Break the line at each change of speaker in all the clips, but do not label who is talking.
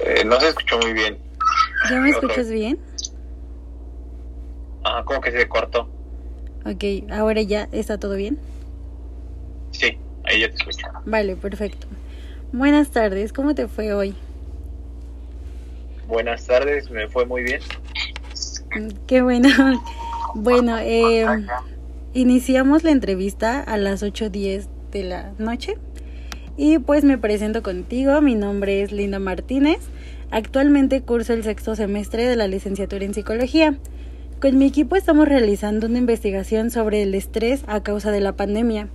Eh, no se escuchó muy bien.
¿Ya me escuchas bien?
Ah, como que se cortó.
Ok, ahora ya está todo bien.
Sí, ahí ya te escucho.
Vale, perfecto. Buenas tardes, ¿cómo te fue hoy?
Buenas tardes, me fue muy bien.
Mm, Qué bueno. Bueno, eh, iniciamos la entrevista a las 8.10 de la noche. Y pues me presento contigo, mi nombre es Linda Martínez. Actualmente curso el sexto semestre de la licenciatura en psicología. Con mi equipo estamos realizando una investigación sobre el estrés a causa de la pandemia.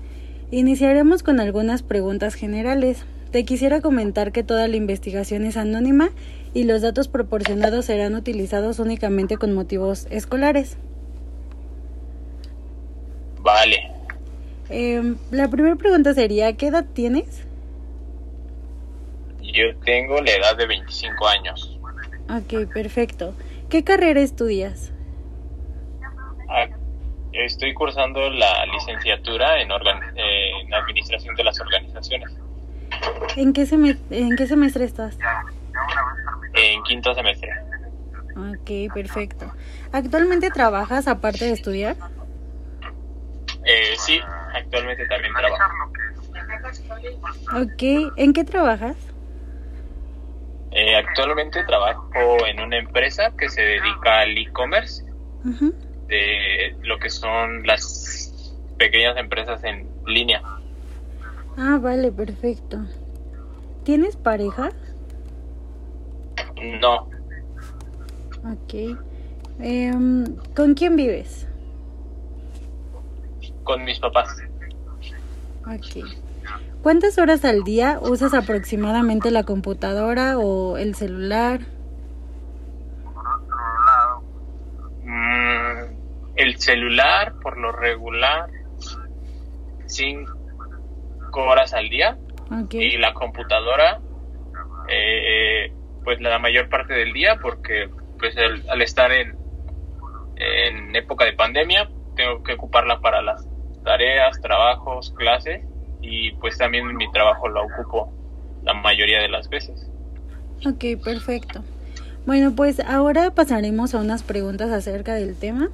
Iniciaremos con algunas preguntas generales. Te quisiera comentar que toda la investigación es anónima y los datos proporcionados serán utilizados únicamente con motivos escolares.
Vale.
Em, la primera pregunta sería, ¿qué edad tienes?
Yo tengo la edad de 25 años.
Ok, perfecto. ¿Qué carrera estudias?
Ah, Estoy cursando la licenciatura en, organ- eh, en Administración de las Organizaciones.
¿En qué, seme- en qué semestre estás?
En quinto semestre.
Ok, perfecto. ¿Actualmente trabajas aparte de estudiar?
Eh, sí, actualmente también trabajo.
Ok, ¿en qué trabajas?
Eh, actualmente trabajo en una empresa que se dedica al e-commerce
Ujú.
de lo que son las pequeñas empresas en línea.
Ah, vale, perfecto. ¿Tienes pareja?
No,
Ok. Em, ¿Con quién vives?
con mis papás.
Ok. ¿Cuántas horas al día usas aproximadamente la computadora o el celular?
Mm, el celular, por lo regular, cinco horas al día.
Ok.
Y la computadora, eh, pues la mayor parte del día, porque pues el- al estar en, en época de pandemia, tengo que ocuparla para las tareas, trabajos, clases, y pues también en mi trabajo la ocupo la mayoría de las veces.
Ok, perfecto. Bueno, pues ahora pasaremos a unas preguntas acerca del tema.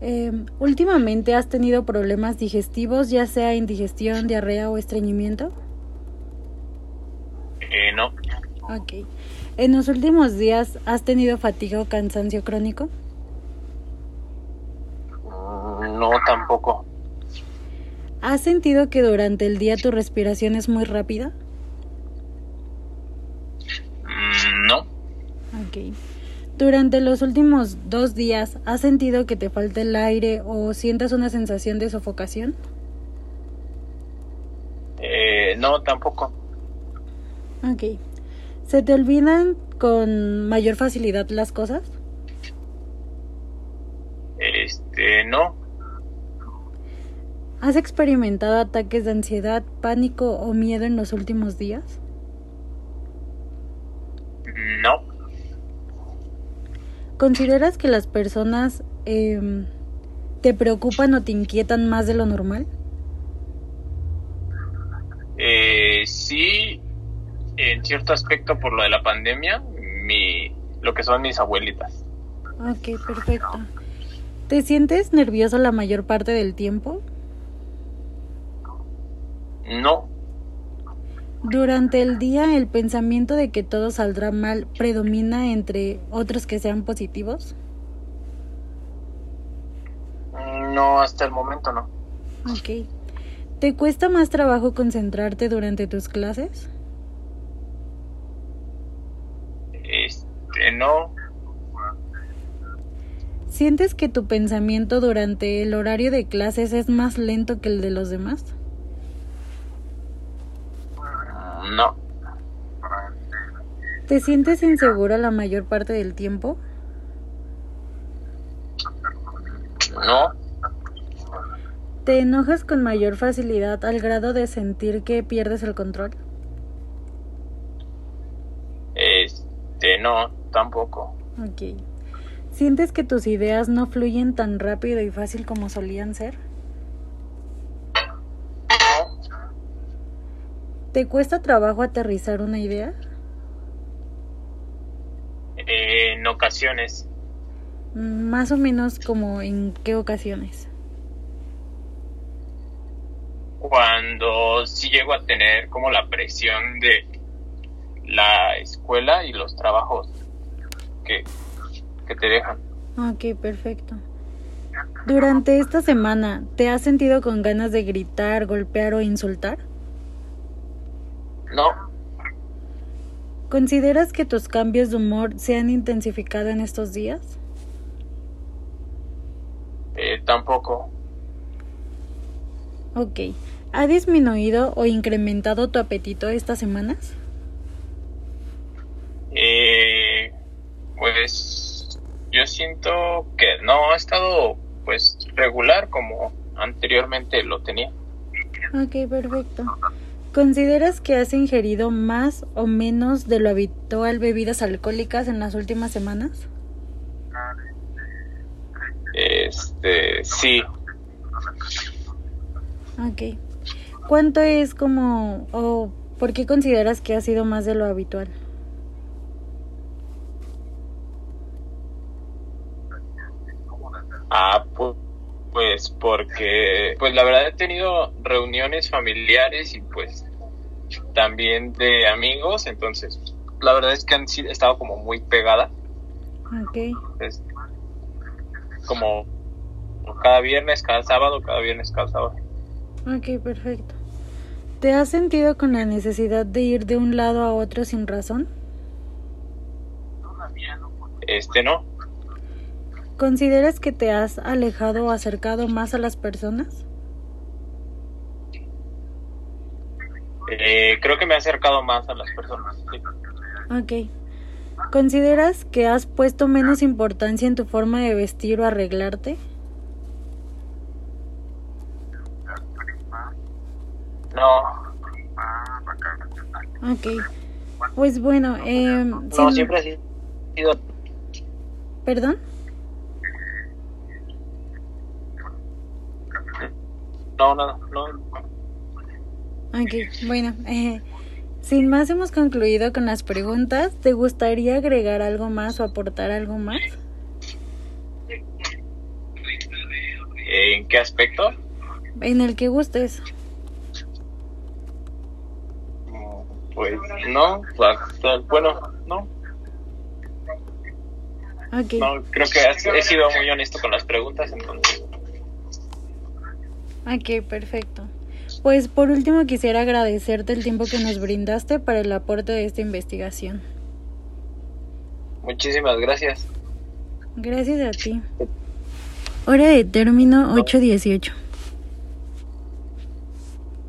Eh, últimamente has tenido problemas digestivos, ya sea indigestión, diarrea o estreñimiento.
Eh, no,
Ok. ¿En los últimos días has tenido fatiga o cansancio crónico?
Mm, no tampoco.
¿Has sentido que durante el día tu respiración es muy rápida?
Mm, no,
Ok. ¿Durante los últimos dos días has sentido que te falta el aire o sientas una sensación de sofocación?
eh, no tampoco.
Ok. ¿Se te olvidan con mayor facilidad las cosas?
Este, no,
¿Has experimentado ataques de ansiedad, pánico o miedo en los últimos días?
no.
¿Consideras que las personas em, te preocupan o te inquietan más de lo normal?
Eh, sí, en cierto aspecto por lo de la pandemia, mi, lo que son mis abuelitas.
Ok, perfecto. ¿Te sientes nervioso la mayor parte del tiempo?
No,
Durante el día, ¿el pensamiento de que todo saldrá mal predomina entre otros que sean positivos?
no hasta el momento no.
Ok. ¿Te cuesta más trabajo concentrarte durante tus clases?
Este, no,
¿Sientes que tu pensamiento durante el horario de clases es más lento que el de los demás?
no,
¿Te sientes inseguro la mayor parte del tiempo?
no,
¿Te enojas con mayor facilidad al grado de sentir que pierdes el control?
este, no, tampoco.
Ok. ¿Sientes que tus ideas no fluyen tan rápido y fácil como solían ser? ¿Te cuesta trabajo aterrizar una idea?
eh, en ocasiones.
Más o menos como en qué ocasiones.
Cuando sí llego a tener como la presión de la escuela y los trabajos que, que te dejan.
Ok, perfecto. Durante esta semana, ¿te has sentido con ganas de gritar, golpear o insultar?
No,
¿Consideras que tus cambios de humor se han intensificado en estos días?
eh, tampoco.
Ok. ¿Ha disminuido o incrementado tu apetito estas semanas?
Eh, pues yo siento que no ha estado pues regular como anteriormente lo tenía.
Ok, perfecto. ¿Consideras que has ingerido más o menos de lo habitual bebidas alcohólicas en las últimas semanas?
Este, sí,
Ok. ¿Cuánto es como o por qué consideras que ha sido más de lo habitual?
ah, pu- pues porque pues la verdad he tenido reuniones familiares y pues también de amigos, entonces la verdad es que han sido- estado como muy pegadas.
Ok.
es como cada viernes, cada sábado, cada viernes, cada sábado.
Ok, perfecto. ¿Te has sentido con la necesidad de ir de un lado a otro sin razón?
Este no,
¿Consideras que te has alejado o acercado más a las personas?
Eh, creo que me he acercado más a las personas. sí.
Ok. ¿Consideras que has puesto menos importancia en tu forma de vestir o arreglarte?
No,
Ok. Pues bueno, eh,
no,
sin-
siempre he sido.
¿Perdón?
No, no, no. no.
Ok, bueno. eh, sin más hemos concluido con las preguntas. ¿Te gustaría agregar algo más o aportar algo más?
Eh, ¿En qué aspecto?
En el que gustes.
Mm, Pues no, la- la- bueno, no,
Ok.
no, creo que has- he sido muy honesto con las preguntas, entonces.
Ok, perfecto. Pues por último quisiera agradecerte el tiempo que nos brindaste para el aporte de esta investigación.
Muchísimas gracias.
Gracias a ti. Hora de término 818.